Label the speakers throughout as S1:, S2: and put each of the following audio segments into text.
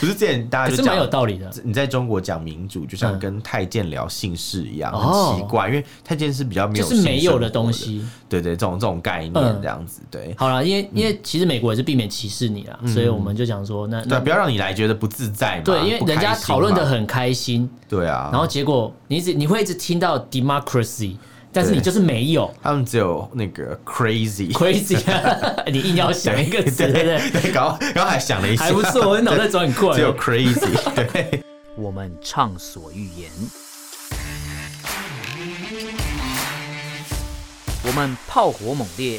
S1: 不是之前大家
S2: 可
S1: 就是讲
S2: 蛮有道理的。嗯
S1: 你在中国讲民主，就像跟太监聊姓氏一样，
S2: 哦
S1: 很奇怪，因为太监是比较没
S2: 就
S1: 有
S2: 是没
S1: 性生
S2: 有
S1: 活
S2: 的
S1: 的
S2: 东。西。
S1: 对对，这种这种概念
S2: 嗯
S1: 这样子，对
S2: 好啦，因
S1: 嗯
S2: 为因为其实美国也是避免歧视你啦，所以我们就讲说，那
S1: 对，啊
S2: 那
S1: 不要让你来觉得不自在嘛。
S2: 对，因为
S1: 不
S2: 人家
S1: 开心
S2: 讨论的
S1: 嘛
S2: 很开心，
S1: 对啊，
S2: 然后结果你一直你会一直听到 democracy，但是你
S1: 对
S2: 就是没有
S1: 他们只有那个 crazy。
S2: crazy，你 啊硬要想一个词，对不对？
S1: 对，然后然后还想了一下，
S2: 还不错，我脑袋转很 快
S1: 只。有 crazy，对，
S3: 我们畅所欲言；我们炮火猛烈；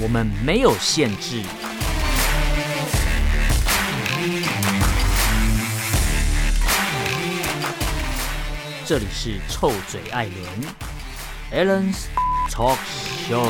S3: 我们没有限制。这里是臭嘴艾伦 a l l e n s Talk Show。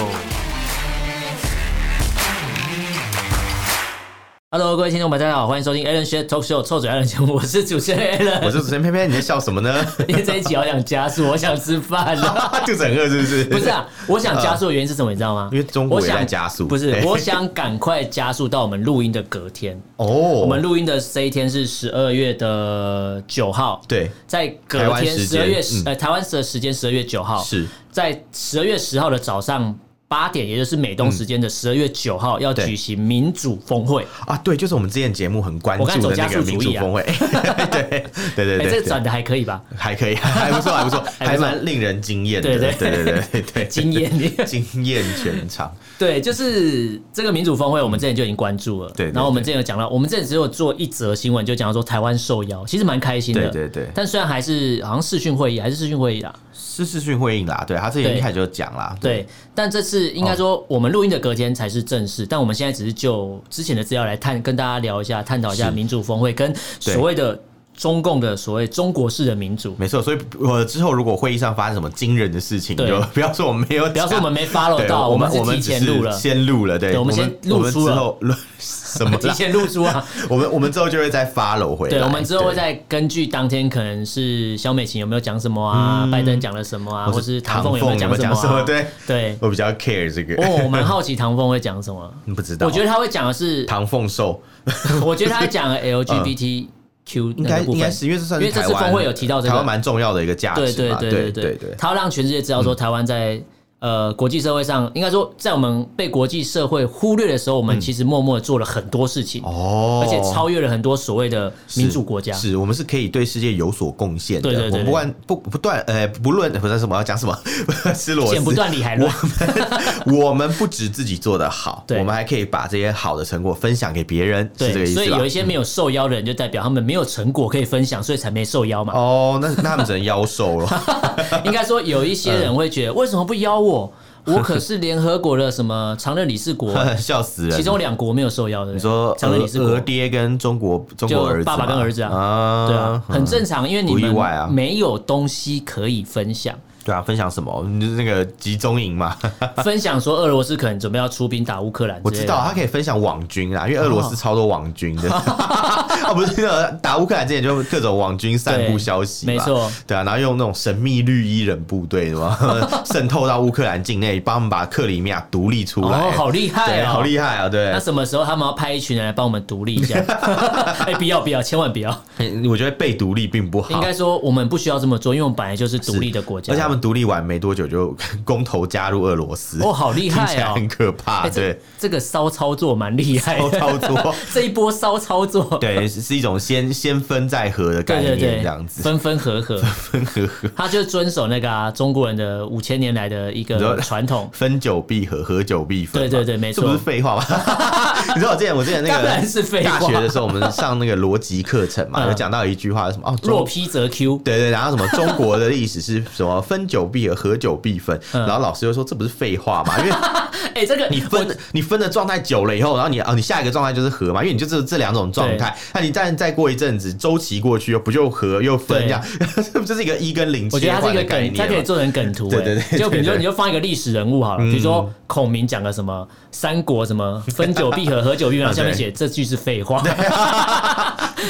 S2: Hello，各位听众们，大家好，欢迎收听 Alan s h a t Talk Show 臭嘴 Alan 节目，我是主持人 Alan。
S1: 我是主持人偏偏，你在笑什么呢？
S2: 因为这一集好想加速，我想吃饭了。
S1: 肚子很饿是不是？
S2: 不是啊，我想加速的原因是什么？你知道吗？
S1: 呃因为中国
S2: 我
S1: 也在
S2: 想
S1: 加速
S2: 不是
S1: 对，
S2: 我想赶快加速到我们录音的隔天。
S1: 哦，
S2: 我
S1: 我
S2: 们录音的这一天是十二月的九号，，
S1: 对
S2: 在
S1: 台
S2: 隔
S1: 湾
S2: 天
S1: 时
S2: 十
S1: 间
S2: 二月
S1: 嗯
S2: 呃台湾的时间十二月九号，
S1: 是
S2: 在十二月十号的早上八点，也就是美东时间的十二月九号要
S1: 嗯对
S2: 举行民主峰会。
S1: 啊，对，就是我们之前节目很关
S2: 我刚才
S1: 注的
S2: 走加
S1: 那
S2: 速
S1: 个民
S2: 主
S1: 主
S2: 义啊
S1: 峰会， 对对对
S2: 哎，
S1: 对
S2: 这
S1: 对，
S2: 转的还可以吧？
S1: 还可以， 还不错，还不 错，
S2: 不错
S1: 还蛮令人惊艳的，
S2: 对对
S1: 对对对对对，
S2: 惊艳你
S1: 惊艳全场，
S2: 对，就是这个民主峰会，我们之前就已经关注了。
S1: 对对
S2: 然后我们之前有讲到，我们之前只有做一则新闻，就讲到说台湾受邀，其实蛮开心的。
S1: 对对对
S2: 但虽然还是好像视讯会议，还是视讯会议啦。
S1: 是视讯会议啦，对他之前
S2: 对
S1: 一开始就讲啦，
S2: 对，但这次应该说我们录音的隔天才是正
S1: 哦
S2: 式，但我们现在只是就之前的资料来探跟大家聊一下，探讨一下
S1: 是
S2: 民主峰会跟所谓的中共的所谓中国式的民主。
S1: 没错，所以我之后如果会议上发生什么惊人的事情，
S2: 对
S1: 就不要说我们没有讲，
S2: 不要说我们没 follow
S1: 对，
S2: 到，
S1: 我
S2: 们
S1: 我
S2: 是
S1: 们
S2: 提
S1: 只
S2: 前录
S1: 是
S2: 了，
S1: 先录了，对，
S2: 对我们先录
S1: 我们
S2: 出了
S1: 之后 录什么
S2: 提
S1: 啦？
S2: 前露出啊。
S1: 我们我们之后就会再 follow 回来，
S2: 对，我们之后会
S1: 对
S2: 再根据当天可能是肖美琴有没有讲什么啊，拜登讲了什么啊，
S1: 嗯或
S2: 或
S1: 是
S2: 是唐凤有没有
S1: 唐凤有没有
S2: 什么、啊？
S1: 讲什么
S2: 对
S1: 我比较 care 这个，
S2: 哦，我蛮好奇唐凤会讲 什么。啊
S1: 不知道，
S2: 我觉得他会讲的是，
S1: 唐凤寿
S2: 我觉得他会讲 LGBTQ
S1: 嗯应
S2: 那
S1: 该
S2: 个部
S1: 应该
S2: 分。
S1: 是因为这算
S2: 因
S1: 是
S2: 为这
S1: 台
S2: 次
S1: 湾
S2: 峰会有提到这个
S1: 台湾蛮重要的一个价值
S2: 对
S1: 嘛
S2: 对
S1: 对
S2: 对
S1: 对，嗯
S2: 他要让全世界知道说台湾在。呃，国际社会上，应该说，在我们被国际社会忽略的时候，我们其实默默地做了很多事情，
S1: 嗯哦，
S2: 而且超越了很多所谓的民主国家。
S1: 是我们是可以对世界有所贡献的。
S2: 对对对
S1: 我们不管不不断呃不论不是什么要讲什么， 是螺丝
S2: 剪不断理还
S1: 我
S2: 乱
S1: 们我们不止自己做的好，
S2: 对
S1: 我们还可以把这些好的成果分享给别人，是这个
S2: 对，
S1: 意
S2: 所
S1: 思
S2: 以
S1: 吧
S2: 有一？些没有受邀的人，就代表他们没有成果可以分享，所以才没受邀嘛。
S1: 哦，那那他们只能妖兽 了。
S2: 应该说有一些人 会觉得，为什么不邀我？我可是联合国的什么常任理 事国，
S1: 笑死人！
S2: 其中两国没有受邀的。你
S1: 你说
S2: 常任理事
S1: 俄俄
S2: 国，
S1: 爹跟中国中国儿子嘛，
S2: 爸爸跟儿子啊
S1: 啊
S2: 对啊，很正常，因为你
S1: 不意外啊
S2: 们没有东西可以分享。
S1: 对啊，分享什么？就是那个集中营嘛，
S2: 分享说俄罗斯可能准备要出兵打乌克兰，
S1: 我知道啊他。可以分享网军啊，因为
S2: 哦
S1: 俄罗斯超多网军 的。啊，不是那个打乌克兰之前就各种网军散布消息嘛，
S2: 对没错，
S1: 对啊，然后用那种神秘绿衣人部队的嘛， 渗透到乌克兰境内，帮我们把克里米亚独立出来。
S2: 哦，好厉害
S1: 对，
S2: 啊！
S1: 好厉害啊！对
S2: 那，什么时候他们要派一群人来帮我们独立 一下？哎，不要不要，千万不要！
S1: 嗯我觉得被独立并不好，
S2: 应该说我们不需要这么做，因为我们本来就是独立的国家。
S1: 而且他们独立完没多久就 公投加入俄罗斯，
S2: 哦，好厉
S1: 听
S2: 害
S1: 起来
S2: 哦！
S1: 很可怕，
S2: 哎这
S1: 对，
S2: 这个骚操作蛮厉害
S1: 超
S2: 的，
S1: 操作。
S2: 这一波骚操作，
S1: 对，是是一种先先分再合的概
S2: 对对
S1: 念，
S2: 对，
S1: 这样子。
S2: 分分合 合，
S1: 分合合，
S2: 他就遵守那个啊中国人的五千年来的一
S1: 你说。
S2: 个传统
S1: 分久必合，合久必分嘛。
S2: 对对对没错
S1: 这不是废话吗？ 你知道我之前我之前那
S2: 当
S1: 个
S2: 然是废话
S1: 大学的时候，我们上那个逻辑课程嘛，
S2: 嗯
S1: 有讲到一句话是什么 哦，中
S2: 若 P 则 Q，
S1: 对对，然后什么中国的历史是什么分久必合，合久必分，
S2: 嗯
S1: 然后老师就说这不是废话嘛，因为
S2: 哎，这个
S1: 你分你分的状态久了以后，然后你啊你下一个状态就是合嘛，因为你就这这两种状态，那你但再过一阵子周期过去又不就合又分
S2: 对
S1: 这样， 这不就是一个一跟零
S2: 我
S1: 切
S2: 觉得它是
S1: 换
S2: 一
S1: 的
S2: 个
S1: 概
S2: 梗，它可以
S1: 念嘛。
S2: 做成梗图。
S1: 对
S2: 哎
S1: 对对
S2: 就比如
S1: 对
S2: 说，
S1: 对嗯
S2: 你就放一个历史人物好了，比如说孔明讲了什么三国什么分久必合，合久必分，然后下面
S1: 啊对
S2: 写这句是废话。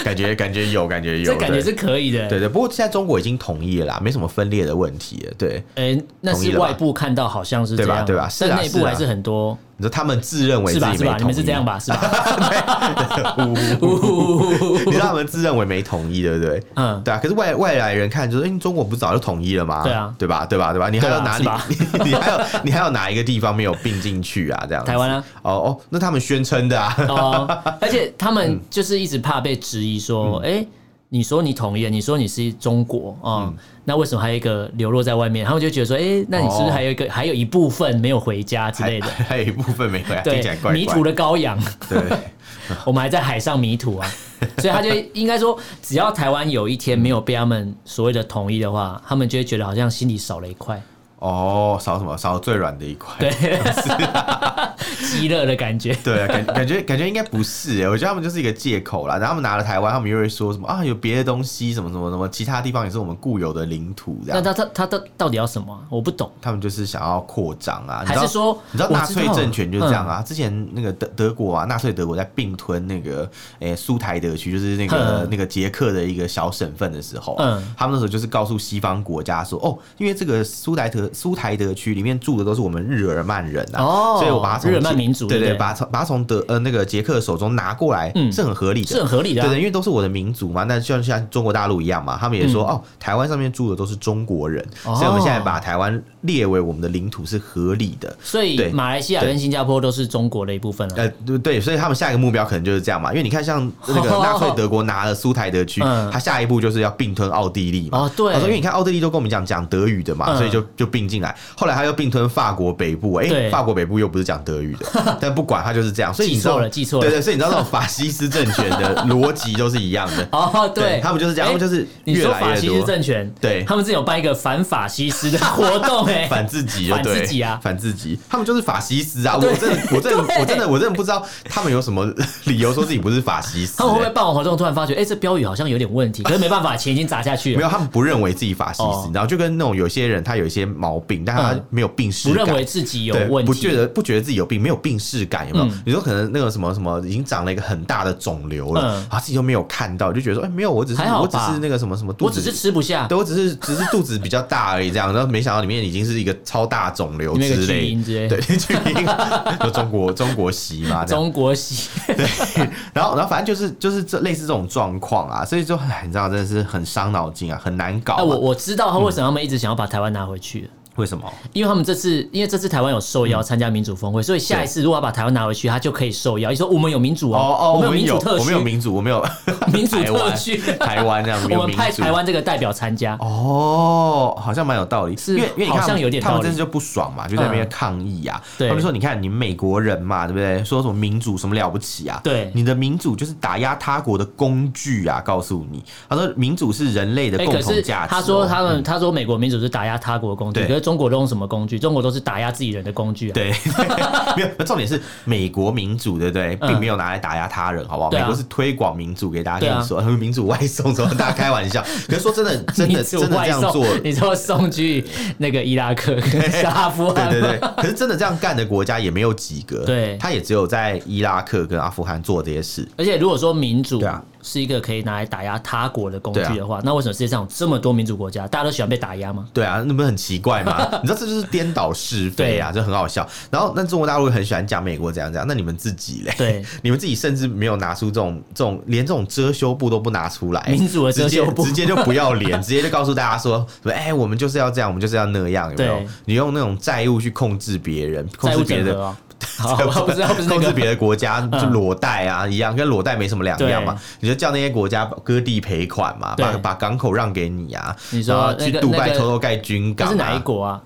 S1: 感觉感觉有，感觉有，
S2: 这感觉
S1: 对
S2: 是可以的。
S1: 对对。不过现在中国已经统一了啦，没什么分裂的问题了。对，
S2: 哎，那
S1: 同意
S2: 是
S1: 了吧
S2: 外部看到好像是这
S1: 对吧
S2: 样，
S1: 对吧是啊
S2: 但内
S1: 是
S2: 部
S1: 啊
S2: 还是很多，
S1: 你说他们自认为
S2: 是
S1: 自己
S2: 吧？
S1: 没
S2: 是
S1: 统
S2: 吧？
S1: 一，
S2: 你们是这样吧？是 吧？
S1: 呜呜
S2: 呜
S1: 你知道他们自认为没统一，对不对？
S2: 嗯
S1: 对啊。可是外外来人看，就是哎，你中国不早就统一了吗？
S2: 对啊
S1: 对吧？对吧？对吧？你还有哪里
S2: 对啊？
S1: 你你还有你还有哪一个地方没有并进去啊？这样子
S2: 台湾啊？
S1: 哦哦，那他们宣称的啊。
S2: 哦，而且他
S1: 嗯
S2: 们就是一直怕被质疑说，哎、你说你统一了，你说你是中国啊、
S1: 嗯
S2: 那为什么还有一个流落在外面？他们就觉得说，哎、那你是不是还有一
S1: 哦
S2: 个、还有一部分没有回家 之类的？
S1: 还还有一部分没回来，哎听
S2: 对
S1: 起来怪，怪
S2: 迷途
S1: 的。
S2: 的羔羊，
S1: 对，
S2: 我们还在海上 迷途啊，所以他就应该说，只要台湾有一天没有被他们所谓的统一的话，他们就会觉得好像心里少了一 块，
S1: 哦，少什么？少最软的一块。
S2: 对，
S1: 啊
S2: 极乐的感觉。
S1: 对啊，感感觉感觉应该不是、欸，我觉得他们就是一个借口啦。然后他们拿了台湾，他们又会说什么啊，有别的东西，什么什么什么，其他地方也是我们固有的领土这
S2: 那
S1: 样。
S2: 他他他到到底要什么啊、我不懂。
S1: 他们就是想要扩张啊，你
S2: 还
S1: 知道
S2: 是说
S1: 你知道
S2: 我
S1: 纳
S2: 知
S1: 粹
S2: 道嗯
S1: 政权就是这样啊？之前那个德德国啊，纳粹德国在并吞那个诶苏、台德区，就是那个
S2: 嗯
S1: 那个捷克的一个小省份的时候，
S2: 嗯
S1: 他们那时候就是告诉西方国家说，哦，因为这个苏台德苏台德区里面住的都是我们日耳曼人啊，
S2: 哦
S1: 所以我把它从
S2: 日耳曼民族
S1: 对
S2: 对不对
S1: 把它从把它从德呃那个捷克手中拿过来，
S2: 嗯
S1: 是很合理的，
S2: 是很合理的啊
S1: 对对，因为都是我的民族嘛，那就像像中国大陆一样嘛，他们也说、哦，台湾上面住的都是中国人，
S2: 嗯哦
S1: 所以我们现在把台湾列为我们的领土是合理的。
S2: 所以
S1: 对
S2: 马来西亚跟新加坡都是中国的一部分啊了。
S1: 呃，对对，所以他们下一个目标可能就是这样嘛，因为你看，像那 个
S2: 哦
S1: 纳粹德国拿了苏台德区，
S2: 嗯
S1: 他下一步就是要并吞奥地利嘛。
S2: 哦对
S1: 他说因为你看奥地利都跟我们讲讲德语的嘛，
S2: 嗯
S1: 所以就就并进来。后来他又并吞法国北部，哎、
S2: 对
S1: 法国北部又不是讲德语 的，但不管他就是这样，所以你知道
S2: 记错了记错了
S1: 对对，所以你知道那种法西斯政权的逻辑都是一样的。
S2: 哦，对，
S1: 他们就是这样，
S2: 哎
S1: 他们就是
S2: 你
S1: 越
S2: 说
S1: 来
S2: 法
S1: 越
S2: 西斯
S1: 多。
S2: 政权，
S1: 对
S2: 他们之前有办一个反法西斯的活 动、 哎，
S1: 反自己就
S2: 反
S1: 对，
S2: 自己啊
S1: 反自己，他们就是法西斯啊！
S2: 对
S1: 我真的，我真的，
S2: 对
S1: 我真的，我真的不知道他们有什么理由说自己不是法西斯、
S2: 他们会不
S1: 欸
S2: 会。办完活动突然发觉，哎、这标语好像有点问题？可是没办法，钱已经砸下去
S1: 没
S2: 了，
S1: 有，他们不认为自己法西
S2: 哦
S1: 斯，你知道，就跟那种有些人他有一些毛病，但他
S2: 嗯
S1: 没有病史
S2: 不认
S1: 感
S2: 为自己有
S1: 对，
S2: 问
S1: 不觉
S2: 题。
S1: 得不觉得自己有病，没有病视感，有没有？
S2: 嗯
S1: 你说可能那个什么什么已经长了一个很大的肿瘤了，
S2: 嗯
S1: 啊，自己都没有看到，就觉得说，哎、没有，我只是
S2: 还好
S1: 我只
S2: 吧
S1: 是那个什么什么肚
S2: 我
S1: 子，
S2: 只是吃不下，
S1: 对，我只是只是肚子比较大而已，这样，然后没想到里面已经是一个超大肿瘤
S2: 里面有
S1: 之
S2: 个巨哎
S1: 类
S2: 婴，之类
S1: 对，巨婴，就中国中国席嘛，这样，
S2: 中国系
S1: 然后然后反正就是就是这类似这种状况啊，所以就哎你知道真的是很伤脑筋啊，很难搞、啊
S2: 哎， 我我知道他为什么他们一直想要把台湾拿回去了
S1: 为什么？
S2: 因为他们这次，因为这次台湾有受
S1: 嗯
S2: 邀参加民主峰会，所以下一次如果要把台湾拿回去，他就可以受邀。你说我们有民主
S1: 哦哦，
S2: 我们有
S1: 们
S2: 民
S1: 有
S2: 主特
S1: 我
S2: 区
S1: 们，有民主，我们有
S2: 民主
S1: 台湾
S2: 特区
S1: 台湾这样，
S2: 我
S1: 有
S2: 们
S1: 民
S2: 派
S1: 主
S2: 台湾这个代表参加。
S1: 哦，好像蛮有道理，
S2: 是
S1: 因为因为你看
S2: 好像有点
S1: 他们
S2: 道理嗯
S1: 真的就不爽嘛，就在那边抗议啊。
S2: 对
S1: 他们说你看你美国人嘛，对不对？说什么民主什么了不起啊？
S2: 对
S1: 你的民主就是打压他国的工具啊！告诉你，他说民主是人类的
S2: 哎，
S1: 共
S2: 可
S1: 同
S2: 是
S1: 价值哦。
S2: 他说他们他说美国民主是打压他国的工具，
S1: 对
S2: 可是中国都用什么工具？中国都是打压自己人的工具 啊。
S1: 对，没有，重点是美国民主，对不对？
S2: 嗯
S1: 并没有拿来打压他人，好不好？
S2: 对
S1: 美
S2: 啊
S1: 国是推广民主给大家，
S2: 对
S1: 跟
S2: 啊
S1: 你说 呃民主外送什么，大家开玩笑。可是说真的，真的
S2: 民主
S1: 真的这
S2: 外
S1: 样做，
S2: 送，你说送去那个伊拉 克跟啊阿富汗，
S1: 对 对对，可是真的这样干的国家也没有几个，
S2: 对
S1: 他也只有在伊拉克跟阿富汗做这些事。
S2: 而且如果说民主
S1: 对啊
S2: 是一个可以拿来打压他国的工
S1: 对啊
S2: 具的话，那为什么世界上有这么多民主国家，大家都喜欢被打压吗？
S1: 对啊，那不是很奇怪 吗？你知道这就是颠倒是非啊，这很好笑。然后，那中国大陆很喜欢讲美国怎样怎样，那你们自己嘞？
S2: 对，
S1: 你们自己甚至没有拿出这种这种连这种遮羞布都不拿出来，
S2: 民主的遮羞布
S1: 直接直接就不要脸，直接就告诉大家说，什么哎、我们就是要这样，我们就是要那样，有没有
S2: 对？
S1: 你用那种债务去控制别人，控
S2: 债
S1: 制
S2: 务
S1: 别
S2: 整
S1: 的
S2: 合 啊， 好，不是不是那
S1: 控制
S2: 个，嗯
S1: 别的国家就裸贷啊，一样跟裸贷没什么两样嘛
S2: 对。
S1: 你就叫那些国家割地赔款嘛，
S2: 对
S1: 把把港口让给你啊。
S2: 你说
S1: 然后
S2: 那
S1: 去
S2: 个
S1: 杜拜
S2: 那个
S1: 偷偷盖军
S2: 这
S1: 港啊
S2: 是哪一？国啊？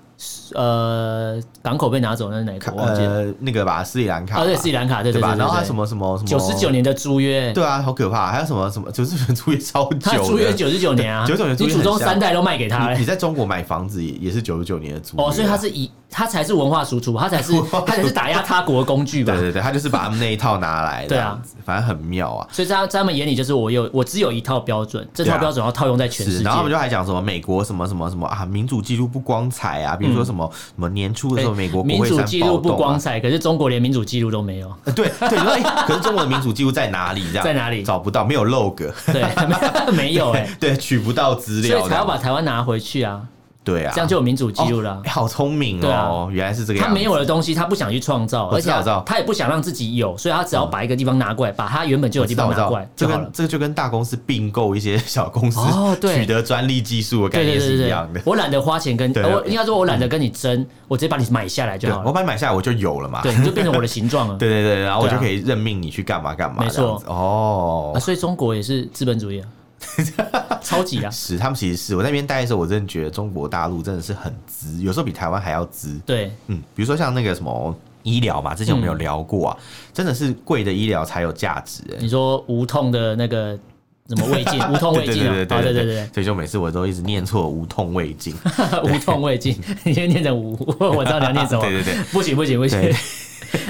S2: 呃，港口被拿走那是哪一国？忘记了。
S1: 呃，那个吧，斯里兰卡吧。
S2: 啊，对，斯里兰卡，对
S1: 对
S2: 对
S1: 吧？
S2: 对。
S1: 然后还什么什么什么
S2: 九十九。年的租约，
S1: 对啊，好可怕！还有什么什么九十九租约超久
S2: 他
S1: 的，
S2: 租约九十九年啊，
S1: 对99年租
S2: 你
S1: 约
S2: 祖宗
S1: 很像
S2: 三代都卖给他
S1: 你你
S2: 嘞。
S1: 在中国买房子也也是九十九年的租约啊
S2: 哦，所以他是以他才是文化输出，他才是他才是打压他国的工具吧
S1: 对？对对，他就是把他们那一套拿来， 这
S2: 对啊
S1: 样子，反正很妙啊。
S2: 所以在他在他们眼里，就是我有我只有一套标准，这
S1: 对
S2: 套
S1: 啊
S2: 标准要套用在全世
S1: 是，
S2: 界。
S1: 然后他们就还讲什么美国什么什么什么啊，民主记录不光彩啊，比如说什么、么什么年初的时候，美国国
S2: 嗯哎民
S1: 会
S2: 主
S1: 山
S2: 记
S1: 暴
S2: 录不
S1: 动啊
S2: 光彩，可是中国连民主记录都没有。
S1: 呃对对，你说哎，可是中国的民主记录在哪里？这样
S2: 在哪里
S1: 找不到，没有 log，
S2: 对， 没有哎、
S1: 对，取不到资
S2: 所
S1: 料，
S2: 以才要把台湾拿回去啊，
S1: 对啊，
S2: 这样就有民主记录了啊
S1: 哦。哎好聪明
S2: 对
S1: 哦
S2: 啊，
S1: 原来是这个样
S2: 他
S1: 子。
S2: 没有的东西，他不想去创造，
S1: 我
S2: 而
S1: 知
S2: 且
S1: 道
S2: 他
S1: 我知道
S2: 他也不想让自己有，所以他只要把一个地方拿过来，把他原本就有
S1: 我
S2: 的地
S1: 知道，
S2: 方
S1: 我知
S2: 拿
S1: 道
S2: 过来
S1: 嗯就
S2: 就好
S1: 跟
S2: 了。
S1: 这个就跟大公司并购一些小公司
S2: 哦对
S1: 取得专利技术的概
S2: 对对
S1: 念
S2: 对
S1: 是一
S2: 对
S1: 样的
S2: 对，。我懒得花钱跟，
S1: 对
S2: 呃我应该说我懒得跟你争，我直接把你买下来就
S1: 对
S2: 好，
S1: 我
S2: 了。
S1: 把你买下来，我就有了嘛。
S2: 对，你就变成我的形状了。
S1: 对对对，然后我
S2: 对啊
S1: 就可以任命你去干嘛干嘛。
S2: 没错
S1: 这样子哦
S2: 啊，，所以中国也是资本 主义啊，超级啊，
S1: 是他们其实是我在那边待的时候，我真的觉得中国大陆真的是很资，有时候比台湾还要资。
S2: 对，嗯
S1: 嗯，比如说像那个什么医疗嘛，之前我们有聊过啊，真的是贵的医疗才有价值、欸。
S2: 你说无痛的那个什么胃 镜，无嗯痛胃
S1: 对对
S2: 镜啊，
S1: 对对
S2: 啊对对
S1: 对
S2: 对
S1: 所以就每次我都一直念错无痛胃 镜。
S2: 对，无痛 胃镜，你先念成无，我知道你要念什么，
S1: 对对对，
S2: 不行不行不行
S1: 对。嗯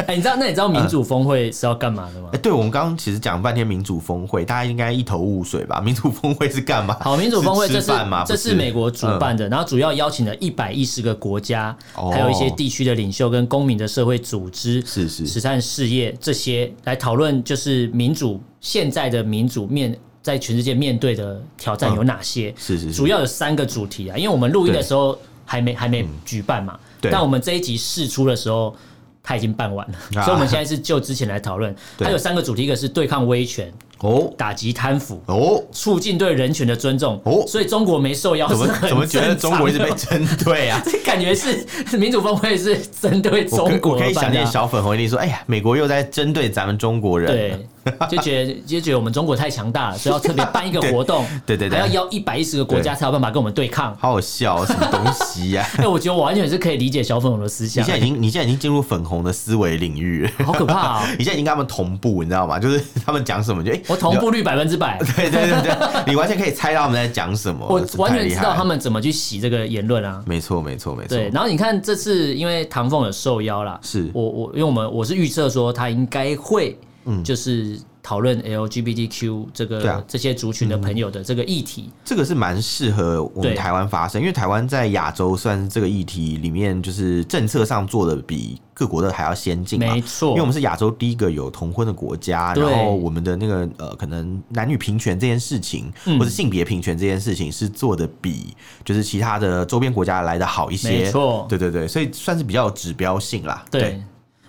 S2: 哎，你知道那你知道民主峰会是要干嘛的吗
S1: 哎、？对我们刚刚其实讲半天民主峰会，大家应该一头雾水吧？民主峰会是干嘛？
S2: 好，民主峰会
S1: 是
S2: 这
S1: 吃
S2: 是
S1: 饭吗？
S2: 这
S1: 不
S2: 是美国主办的，然后主要邀请了一百一十个国家，
S1: 哦
S2: 还有一些地区的领袖跟公民的社会组织、
S1: 是是
S2: 慈善事业这些来讨论，就是民主现在的民主面在全世界面对的挑战有哪些？
S1: 嗯是是是
S2: 主要有三个主题啊，因为我们录音的时候还没还没举办嘛，
S1: 嗯对
S2: 但我们这一集试出的时候。它已经办完了，
S1: 啊
S2: 所以我们现在是就之前来讨论。
S1: 对
S2: 它有三个主题，一个是对抗威权、
S1: 哦
S2: 打击贪腐，
S1: 哦，
S2: 促进对人权的尊重。
S1: 哦
S2: 所以中国没受邀
S1: 怎
S2: 是
S1: 么
S2: 很
S1: 怎么觉得
S2: 正常
S1: 中国一直
S2: 的
S1: 被针对啊？
S2: 这 感觉是民主峰会是针对
S1: 我可
S2: 中国
S1: 我可以想
S2: 办的啊
S1: 念小粉红一定说，哎呀，美国又在针对咱们中国人。
S2: 对，就觉得就觉得我们中国太强大了，所以要特别办一个活动，
S1: 对对对对
S2: 还要邀一百一十个国家才有办法跟我们对抗。
S1: 好好笑哦，什么东西 呀、
S2: 哎，我觉得我完全是可以理解小粉红的思
S1: 你
S2: 想
S1: 现，在已经，你现在已经进入粉红的思维领域了，
S2: 好可怕啊！
S1: 你现在已经跟他们同步，你知道吗？就是他们讲什么，你就哎、
S2: 我同步率百分 之百，
S1: 对对对对，你完全可以猜到他们在讲什么。
S2: 我
S1: 哦这太
S2: 完全
S1: 厉
S2: 知
S1: 害
S2: 道
S1: 了
S2: 他。们怎么去洗这个言论啊。
S1: 没错，没错，没错。
S2: 对，然后你看这次因为唐凤有受邀啦，
S1: 是
S2: 我我因为我们我是预测说他应该会，就是讨论 LGBTQ 这个、
S1: 嗯对啊嗯
S2: 这些族群的朋友的这个议题，
S1: 这个是蛮适合我们
S2: 对
S1: 台湾发生，因为台湾在亚洲算是这个议题里面，就是政策上做的比各国的还要先进嘛。
S2: 没
S1: 因
S2: 错
S1: 为我，们是亚洲第一个有同婚的国家，
S2: 对
S1: 然后我们的那个呃，可能男女平权这件事情，
S2: 嗯
S1: 或是性别平权这件事情，是做的比就是其他的周边国家来的好一些。
S2: 没错
S1: 对对对，所以算是比较有指标性啦。
S2: 对。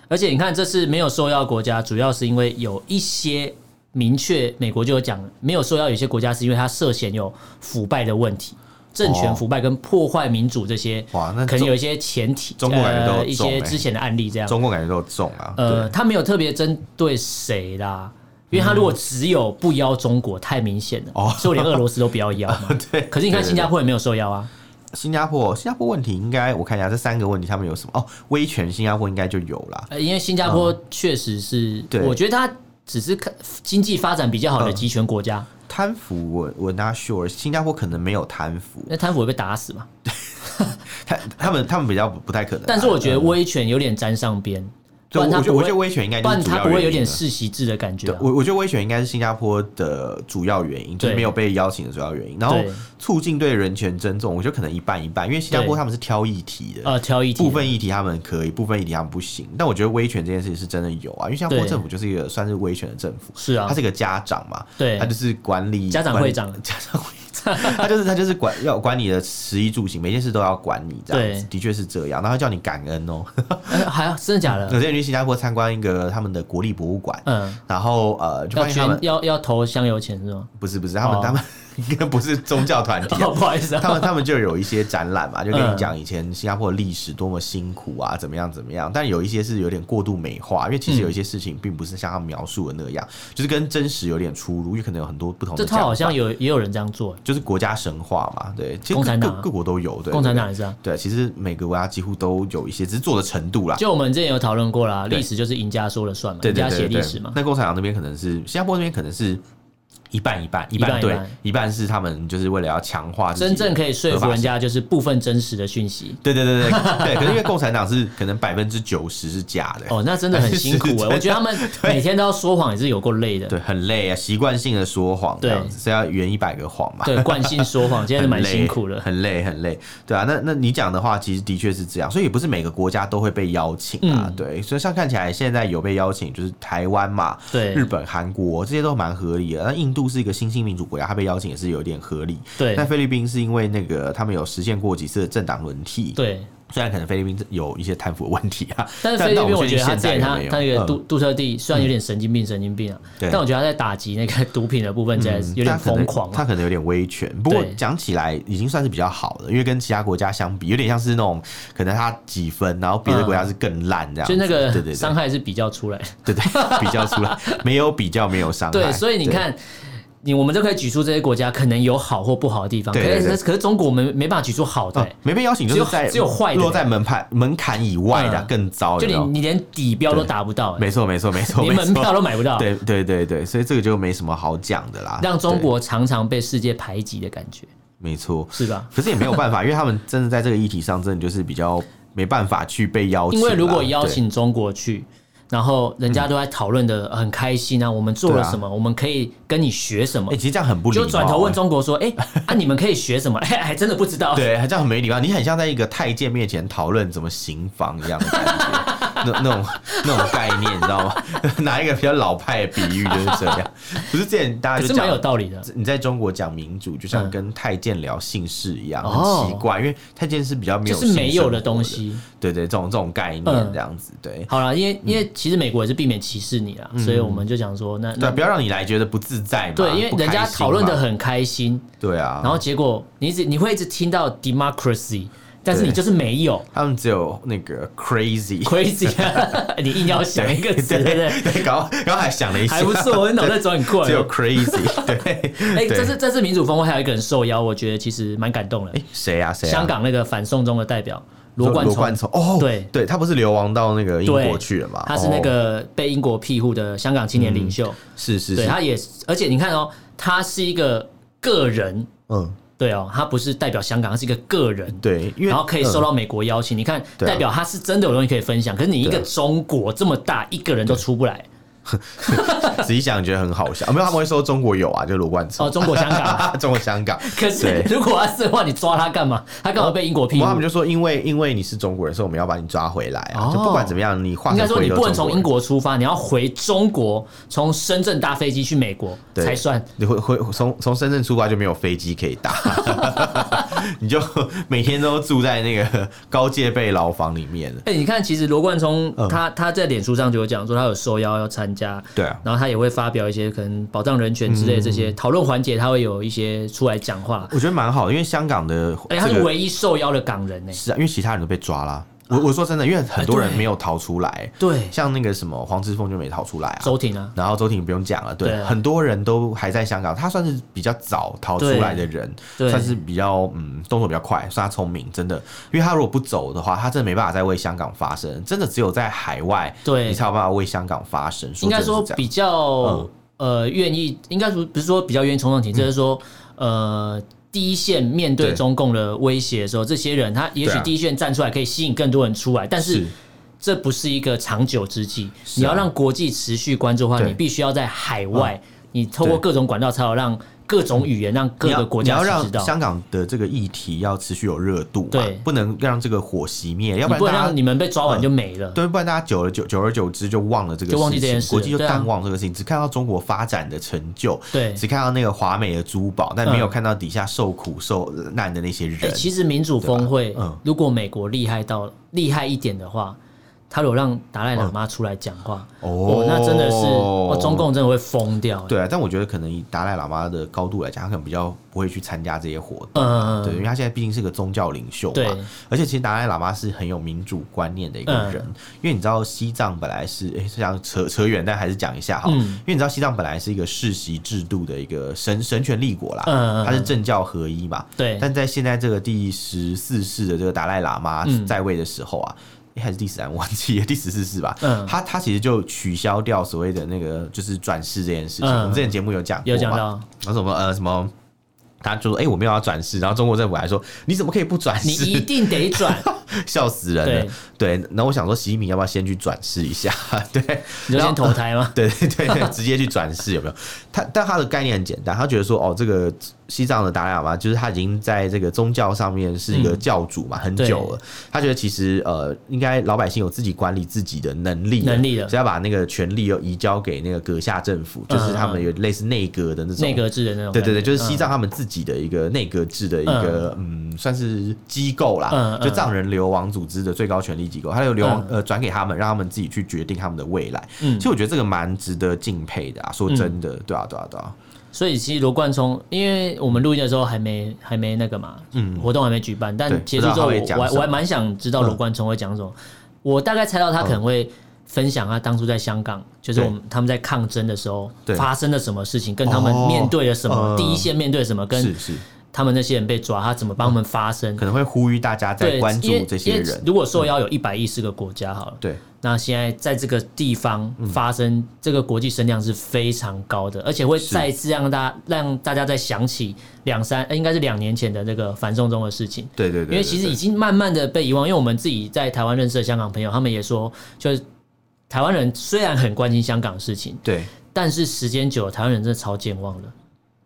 S2: 而且你看，这次没有受邀的国家，主要是因为有一些明确，美国就有讲，没有受邀有些国家是因为它涉嫌有腐败的问题，政权
S1: 哦
S2: 腐败跟破坏民主这些，
S1: 哇那
S2: 可能
S1: 中
S2: 有一些前提，
S1: 中国感觉都有
S2: 呃、一
S1: 中欸
S2: 些之前的案例这样。
S1: 中共感觉都重啊。
S2: 呃，
S1: 对，
S2: 他没有特别针对谁啦，因为他如果只有不邀中国，太明显了，
S1: 哦
S2: 所以我连俄罗斯都不要邀嘛。
S1: 对
S2: 可是你看
S1: 对对
S2: 新加坡也没有受邀啊，
S1: 新加坡，新加坡问题应该我看一下这三个问题，他们有什么？哦，威权新加坡应该就有啦。
S2: 呃因为新加坡确实是，
S1: 嗯对嗯
S2: 我觉得它只是看经济发展比较好的集权国家，
S1: 贪腐我我 not sure，新加坡可能没有贪腐，
S2: 那贪腐会被打死嘛。
S1: 嗯他他们他们比较不不太可能啊。
S2: 但是我觉得
S1: 嗯，
S2: 威权有点沾上边，不
S1: 对，我
S2: 然他
S1: 觉得
S2: 不
S1: 我觉得
S2: 会，
S1: 威权应该
S2: 不
S1: 就是
S2: 然
S1: 主
S2: 他
S1: 要
S2: 不会
S1: 原
S2: 有
S1: 因
S2: 点
S1: 了
S2: 世袭制的感觉
S1: 对
S2: 啊。
S1: 我我觉得威权应该是新加坡的主要原因，就是
S2: 对
S1: 没有被邀请的主要原因。然后
S2: 对
S1: 促进对人权尊重，我觉得可能一半一半，因为新加坡
S2: 对
S1: 他们是挑议题的，
S2: 呃，挑一题
S1: 部分议题他们可以，部分议题他们不行。但我觉得威权这件事情是真的有啊，因为新加坡
S2: 对
S1: 政府就是一个算是威权的政府，
S2: 是啊
S1: 他是一个家长嘛，
S2: 对
S1: 他就是管理
S2: 家长
S1: 管理
S2: 会长
S1: 家长会长，他就是他就是管要管你的食衣住行，每件事都要管你这样子
S2: 对，
S1: 的确是这样。然后他叫你感恩 哦。
S2: 呃还要真的假
S1: 我
S2: 的？
S1: 之前去新加坡参观一个他们的国立博物馆，
S2: 嗯，
S1: 然后呃就
S2: 要
S1: 发现他
S2: 捐
S1: 们
S2: 要要投香油钱 是吗？
S1: 不是不是他们
S2: 哦
S1: 他们应该不是宗教团体啊
S2: 哦，不好意思啊，
S1: 他们他们就有一些展览嘛，就跟你
S2: 嗯
S1: 讲以前新加坡的历史多么辛苦啊，怎么样怎么样。但有一些是有点过度美化，因为
S2: 嗯
S1: 其实有一些事情并不是像他们描述的那样，就是跟真实有点出入，因为可能有很多不同
S2: 这
S1: 的讲
S2: 套
S1: 法。
S2: 好像有也有人这样做，
S1: 就是国家神话嘛，对，其实
S2: 共产
S1: 各
S2: 党啊
S1: 各国都有，对，
S2: 共产
S1: 对
S2: 党也是啊。
S1: 对，其实每个国家几乎都有一些，只是做的程度啦。
S2: 就我们之前有讨论过啦，
S1: 对
S2: 历史就是赢家说了算嘛，
S1: 对
S2: 赢
S1: 对
S2: 家
S1: 对
S2: 写
S1: 对
S2: 历史嘛。
S1: 那共产党那边可能是新加坡那边可能是一半一半，一
S2: 半
S1: 半
S2: 一
S1: 对
S2: 半，
S1: 一半是他们就是为了要强化自己
S2: 真正可以说
S1: 合
S2: 服
S1: 法
S2: 人
S1: 性。
S2: 家就是部分真实的讯息。
S1: 对对对对 对，可是因为共产党是可能百分之九十是假的，
S2: 哦，那真的很辛 苦
S1: 是
S2: 哎、
S1: 真的
S2: 我觉得他们 每天都要说谎，也是有够累的。
S1: 对，很累啊，习惯性的说谎，
S2: 对
S1: 这样子是要圆一百个谎嘛。
S2: 对，惯性说谎，今天是
S1: 很
S2: 蛮
S1: 累
S2: 辛苦的。
S1: 很累很累，对啊，那那你讲的话，其实的确是这样，所以也不是每个国家都会被邀请啊，
S2: 嗯
S1: 对，所以像看起来现在有被邀请，就是台湾嘛，
S2: 对
S1: 日本、韩国这些都蛮合理的。那印度是一个新兴民主国家，它被邀请也是有点合理。
S2: 对
S1: 但菲律宾是因为那个他们有实现过几次的政党轮替，，
S2: 对，
S1: 虽然可能菲律宾有一些贪腐的问题啊，
S2: 但是菲律宾，我
S1: 我
S2: 觉得他
S1: 现
S2: 之
S1: 在
S2: 前
S1: 有
S2: 他
S1: 没有
S2: 他那个
S1: 嗯
S2: 杜杜特地虽然有点神经病，神经病啊，
S1: 对
S2: 但我觉得他在打击那个毒品的部分，真的是有点
S1: 嗯他可能
S2: 疯狂
S1: 他
S2: 啊。
S1: 可能有点威权。不过
S2: 对
S1: 讲起来已经算是比较好的，因为跟其他国家相比，有点像是那种可能他几分，然后别的国家是更烂这样子、
S2: 就那
S1: 对
S2: 个
S1: 对
S2: 伤
S1: 对
S2: 害是比较出来的，
S1: 对对 比较出来，没有比较没有伤害。
S2: 对，所以你看，你我们都可以举出这些国家可能有好或不好的地方，可
S1: 对对
S2: 是
S1: 对
S2: 可是中国我们没办法举出好的
S1: 对。嗯，
S2: 欸
S1: 没被邀请就是在
S2: 只有只有坏的
S1: 落在门槛门槛以外的、
S2: 嗯
S1: 更糟，
S2: 就
S1: 有没有
S2: 你你连底标都
S1: 哦对
S2: 达不到，欸
S1: 没错没错没错，
S2: 连
S1: 没
S2: 门票
S1: 错
S2: 都买不到，
S1: 对对对对，所以这个就没什么好讲的啦。
S2: 让中
S1: 对
S2: 国常常被世界排挤的感觉，
S1: 没错，
S2: 是吧？
S1: 可是也没有办法，因为他们真的在这个议题上，真的就是比较没办法去被邀请
S2: 因
S1: 啦。
S2: 为如果邀
S1: 对
S2: 请中国去，然后人家都在讨论的很开心啊，我们做了
S1: 对啊
S2: 什么，我们可以跟你学什么
S1: 哎、，其实这样很不礼貌、
S2: 就转头问
S1: 欸
S2: 中国说，哎，啊你们可以学什么？ 哎，还真的不知道。
S1: 对，这样很没礼貌，你很像在一个太监面前讨论怎么刑房一样的感觉，那那种那种概念，你知道吗？ 拿一个比较老派的比喻就是这样，不是之前大
S2: 可
S1: 家
S2: 是
S1: 就
S2: 蛮有
S1: 讲。
S2: 道理的，
S1: 你在中国讲民主，就像
S2: 嗯
S1: 跟太监聊姓氏一样，
S2: 哦
S1: 很奇怪，因为太监是比较没
S2: 就
S1: 有
S2: 是没
S1: 性生
S2: 有
S1: 活
S2: 的
S1: 的
S2: 东。西。
S1: 对对，这种这种概念
S2: 嗯
S1: 这样子，对
S2: 好了，
S1: 嗯
S2: 因为因为其实美国也是避免歧视你啦，所以我们就讲说，那
S1: 对，啊
S2: 那
S1: 不要让你来觉得不自在嘛。
S2: 对，因为
S1: 不
S2: 人
S1: 开
S2: 家
S1: 心
S2: 讨论的
S1: 嘛
S2: 很开心，
S1: 对啊，
S2: 然后结果你一直你会一直听到 democracy，但是
S1: 对
S2: 你就是没 有。
S1: 他们只有那个 crazy。
S2: crazy，你 硬要想一个词，对不对？
S1: 对，刚刚还想了一下，
S2: 还不错，我脑袋转很 快
S1: 只。有 crazy，对，
S2: 哎，
S1: 对
S2: 这次这次民主峰会还有一个人受邀，我觉得其实蛮感动的。
S1: 谁啊谁啊？
S2: 香港那个反送中的代表罗
S1: 罗
S2: 冠聪
S1: 冠，聪哦，
S2: 对
S1: 对，他不是流亡到那个英
S2: 对
S1: 国去了嘛？
S2: 他是那
S1: 哦
S2: 个被英国庇护的香港青年领袖，
S1: 是是
S2: 对，
S1: 是，
S2: 他也，而且你看哦，他是一个个人，
S1: 嗯，
S2: 对哦，他不是代表香港，他是一个个人。
S1: 对，因为
S2: 然后可以
S1: 嗯
S2: 受到美国邀请，你看，
S1: 对啊
S2: 代表他是真的有东西可以分享。可是你一个
S1: 对啊
S2: 中国这么大，一个人都出不来
S1: 仔细嗯想觉得很好笑，啊没有他们会说中国有啊，就罗冠
S2: 哦。
S1: 聪，
S2: 中国香港，
S1: 中国香港，
S2: 可是
S1: 对
S2: 如果他是的话，你抓他干嘛？他干嘛被英国
S1: 不
S2: 批
S1: 过他们
S2: 评？
S1: 就说因为因为你是中国人，所以我们要把你抓回来
S2: 哦
S1: 啊，就不管怎么样，你化
S2: 应该
S1: 成
S2: 说
S1: 回
S2: 你
S1: 流
S2: 不能从英
S1: 中
S2: 国出发，你要回中国，从深圳搭飞机去美国
S1: 对
S2: 才算。
S1: 你会会从从深圳出发就没有飞机可以搭， 你就每天都住在那个高戒备牢房里面了。
S2: 哎、你看，其实罗贯聪他、他在脸书上就有讲说，他有受邀要参加，
S1: 嗯对啊，嗯
S2: 然后他也会发表一些可能保障人权之类的这些讨论环节，他会有一些出来讲话。
S1: 我觉得蛮好的，因为香港的
S2: 哎、
S1: 这
S2: 他是
S1: 个
S2: 唯一受邀的港人呢、
S1: 是啊，因为其他人都被抓啦。我我说真的，因为很多
S2: 啊
S1: 人
S2: 对
S1: 没有逃出来，
S2: 对，
S1: 像那个什么黄之锋就没逃出来啊。
S2: 周婷啊，
S1: 然后周婷不用讲了，对，
S2: 对
S1: 很多人都还在香港，他算是比较早逃出来的人，
S2: 对对
S1: 算是比较嗯动作比较快，算他聪明，真的，因为他如果不走的话，他真的没办法再为香港发声，真的只有在海外，
S2: 对
S1: 你才有办法为香港发声。
S2: 应该说
S1: 真的是这样嗯
S2: 比较、呃愿意，应该不不是说比较愿意冲上庭，就是说呃第一线面对
S1: 对
S2: 中共的威胁的时候，这些人他也许
S1: 对啊
S2: 第一线站出来可以吸引更多人出来，但是
S1: 是。
S2: 这不是一个长久之计，
S1: 是啊
S2: 你要让国际持续关注的话，
S1: 对嗯
S2: 你必须要在海外，你透过
S1: 对
S2: 各种管道才有让各种语言、让各
S1: 你要
S2: 个国
S1: 你
S2: 家
S1: 要
S2: 知
S1: 让
S2: 道。
S1: 香港的这个议题要持续有热度嘛，
S2: 对
S1: 不能让这个火熄灭，要
S2: 你不
S1: 然大
S2: 能让
S1: 家。嗯
S2: 你们被抓完就没了。
S1: 对，不然大家久了久久而久之就忘了这个
S2: 就
S1: 事
S2: 忘
S1: 情，
S2: 记这件事
S1: 国际就
S2: 对啊
S1: 淡忘这个事情，只看到中国发展的成就，
S2: 对
S1: 只看到那个华美的珠宝，但没有
S2: 嗯
S1: 看到底下受苦受难的那些人。
S2: 哎、其实民主峰会
S1: 对吧嗯，
S2: 如果美国厉害到厉害一点的话，他有让达赖喇嘛出来讲话，
S1: 嗯哦
S2: 哦，那真的是，哦，中共真的会疯掉。，
S1: 对啊，但我觉得可能以达赖喇嘛的高度来讲，他可能比较不会去参加这些活动。
S2: 嗯，
S1: 对，因为他现在毕竟是个宗教领袖
S2: 对
S1: 嘛，而且其实达赖喇嘛是很有民主观念的一个
S2: 嗯
S1: 人，因为你知道西藏本来是，哎、这样扯扯远，但还是讲一下哈，
S2: 嗯
S1: 因为你知道西藏本来是一个世袭制度的一个神神权立国啦，
S2: 嗯嗯嗯
S1: 它是政教合一嘛，
S2: 对
S1: 但在现在这个第十四世的这个达赖喇嘛
S2: 嗯
S1: 在位的时候啊。诶还是第十三，忘记了第十四是吧？
S2: 嗯
S1: 他他其实就取消掉所谓的那个就是转世这件事情。
S2: 嗯
S1: 我们之前节目有讲过
S2: 有
S1: 嘛
S2: 讲到，
S1: 然后什么呃什么。他就说：“哎、我没有要转世。”然后中国政府还说：“你怎么可以不转
S2: 你
S1: 世？
S2: 一定得转，
S1: 笑死人了。对，然后我想说，习近平要不要先去转世一下？ 对，
S2: 你就
S1: 然后
S2: 先投胎 吗？
S1: 对对对对，直接去转世有没有？他但他的概念很简单，他觉得说哦，这个西藏的达赖喇嘛就是他已经在这个宗教上面是
S2: 嗯
S1: 一个教主嘛，很久了。他觉得其实呃，应该老百姓有自己管理自己的能力，
S2: 能力的
S1: 只要把那个权力又移交给那个阁下政府，
S2: 嗯
S1: 就是他们有类似内阁的那种
S2: 内阁制的那种
S1: 对
S2: 感
S1: 对
S2: 觉，
S1: 对，就是
S2: 嗯
S1: 西藏他们自己的一个内阁制的一个嗯，算是机构啦
S2: 嗯，
S1: 就
S2: 嗯
S1: 藏人流亡组织的最高权力机构，它有流亡呃转给他们，让他们自己去决定他们的未来。
S2: 嗯
S1: 其实我觉得这个蛮值得敬佩的啊，说真的，对啊对啊对啊，
S2: 所以其实罗贯聪，因为我们录音的时候还没还没那个嘛，嗯，活动还没举办，但
S1: 对
S2: 结束之后
S1: 不知道他会
S2: 我
S1: 讲
S2: 我还
S1: 什么嗯
S2: 我还蛮想知道罗贯聪会讲什么。我大概猜到他可能会分享他当初在香港，就是我们他们在抗争的时候
S1: 对
S2: 发生了什么事情，跟他们
S1: 哦
S2: 面对了什么，
S1: 嗯
S2: 第一线面对了什么，跟
S1: 是是，
S2: 他们那些人被抓，他怎么帮他们发声。
S1: 可能会呼吁大家在
S2: 对，
S1: 关注
S2: 因为
S1: 这些
S2: 因为
S1: 人，嗯
S2: 如果说要有一百一十个国家好了，
S1: 对，
S2: 那现在在这个地方
S1: 嗯
S2: 发生，这个国际声量是非常高的，而且会再次让大家让大家再想起两三，呃应该是两年前的那个反送中的事情。
S1: 对对对
S2: 因为其实已经慢慢的被遗忘，因为我们自己在台湾认识的香港朋友，他们也说，就是台湾人虽然很关心香港的事情，
S1: 对，
S2: 但是时间久了，台湾人真的超健忘了，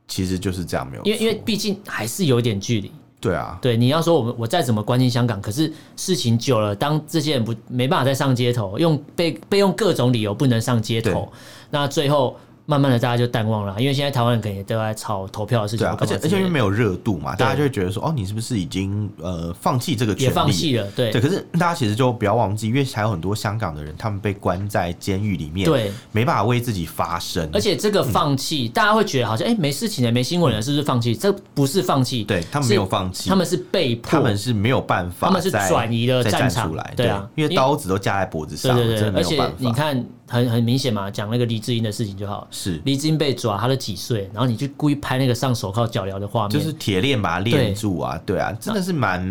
S1: 其实就是这样，没有错，
S2: 因为因为毕竟还是有一点距离。
S1: 对啊，
S2: 对，你要说我们我再怎么关心香港，可是事情久了，当这些人不没办法再上街头，用被被用各种理由不能上街
S1: 对
S2: 头，那最后慢慢的大家就淡忘了啊，因为现在台湾人可能也都在吵投票的事情，
S1: 对啊，而
S2: 或干嘛
S1: 且而
S2: 之
S1: 且
S2: 类
S1: 因
S2: 的
S1: 为没有热度嘛，大家就会觉得说，哦，你是不是已经呃放弃这个权
S2: 也
S1: 利？
S2: 放弃了，对
S1: 对，可是大家其实就不要忘记，因为还有很多香港的人，他们被关在监狱里面，，
S2: 对，
S1: 没办法为自己发声，
S2: 而且这个放弃，大家会觉得好像哎、诶没事情了，没新闻了，是不是放弃？这不是放弃，
S1: 嗯对他们没有放弃，
S2: 他们是被迫，
S1: 他们是没有办法再，
S2: 他们是转移了
S1: 再
S2: 战
S1: 站
S2: 场
S1: 出来，
S2: 对啊
S1: 因为
S2: 因为
S1: 刀子都架在脖子
S2: 对
S1: 上，
S2: 对对
S1: 真，的没
S2: 而
S1: 有
S2: 且
S1: 办
S2: 你
S1: 法，
S2: 看很很明显嘛，讲那个黎智英的事情就好了。
S1: 是
S2: 黎智英被抓，他都几岁？然后你去故意拍那个上手铐脚镣的画面，
S1: 就是铁链把它链住啊，对啊，真的是蛮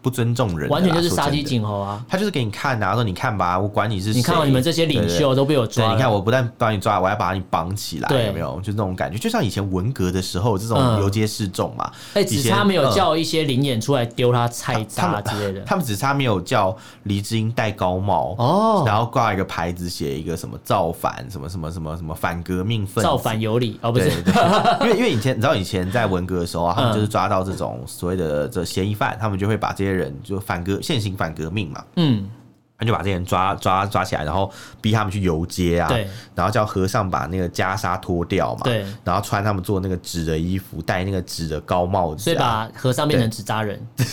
S1: 不尊重人的啦，
S2: 完全就是
S1: 说
S2: 杀
S1: 真
S2: 鸡
S1: 的。
S2: 儆猴啊！
S1: 他就是给你看啊，说你看吧，我管你是
S2: 你看到
S1: 谁
S2: 你们这些领
S1: 对对
S2: 袖都被我
S1: 对，
S2: 抓了，
S1: 你看，我不但把你抓，我还把你绑起来，
S2: 对
S1: 有没有？就是那种感觉，就像以前文革的时候，这种
S2: 嗯
S1: 游街示众嘛。
S2: 哎，
S1: 以
S2: 只
S1: 前
S2: 差没有
S1: 嗯
S2: 叫一些灵眼出来丢他菜渣
S1: 他
S2: 之类的。
S1: 他们只差没有叫黎智英戴高帽
S2: 哦
S1: 然后挂一个牌子，写一个什么造反，什么什么什么什么反革命分子。
S2: 造反有理哦，不
S1: 对
S2: 是，
S1: 对对，因为因为以前你知道以前在文革的时 候啊，他们
S2: 嗯
S1: 就是抓到这种所谓的这嫌疑犯，他们就会把这些人就反革现行反革命嘛，
S2: 嗯，
S1: 他就把这些人抓抓抓起来，然后逼他们去游街啊，
S2: 对，
S1: 然后叫和尚把那个袈裟脱掉嘛，
S2: 对，
S1: 然后穿他们做那个纸的衣服，戴那个纸的高帽子、啊，
S2: 所以把和尚变成纸扎人，
S1: 啊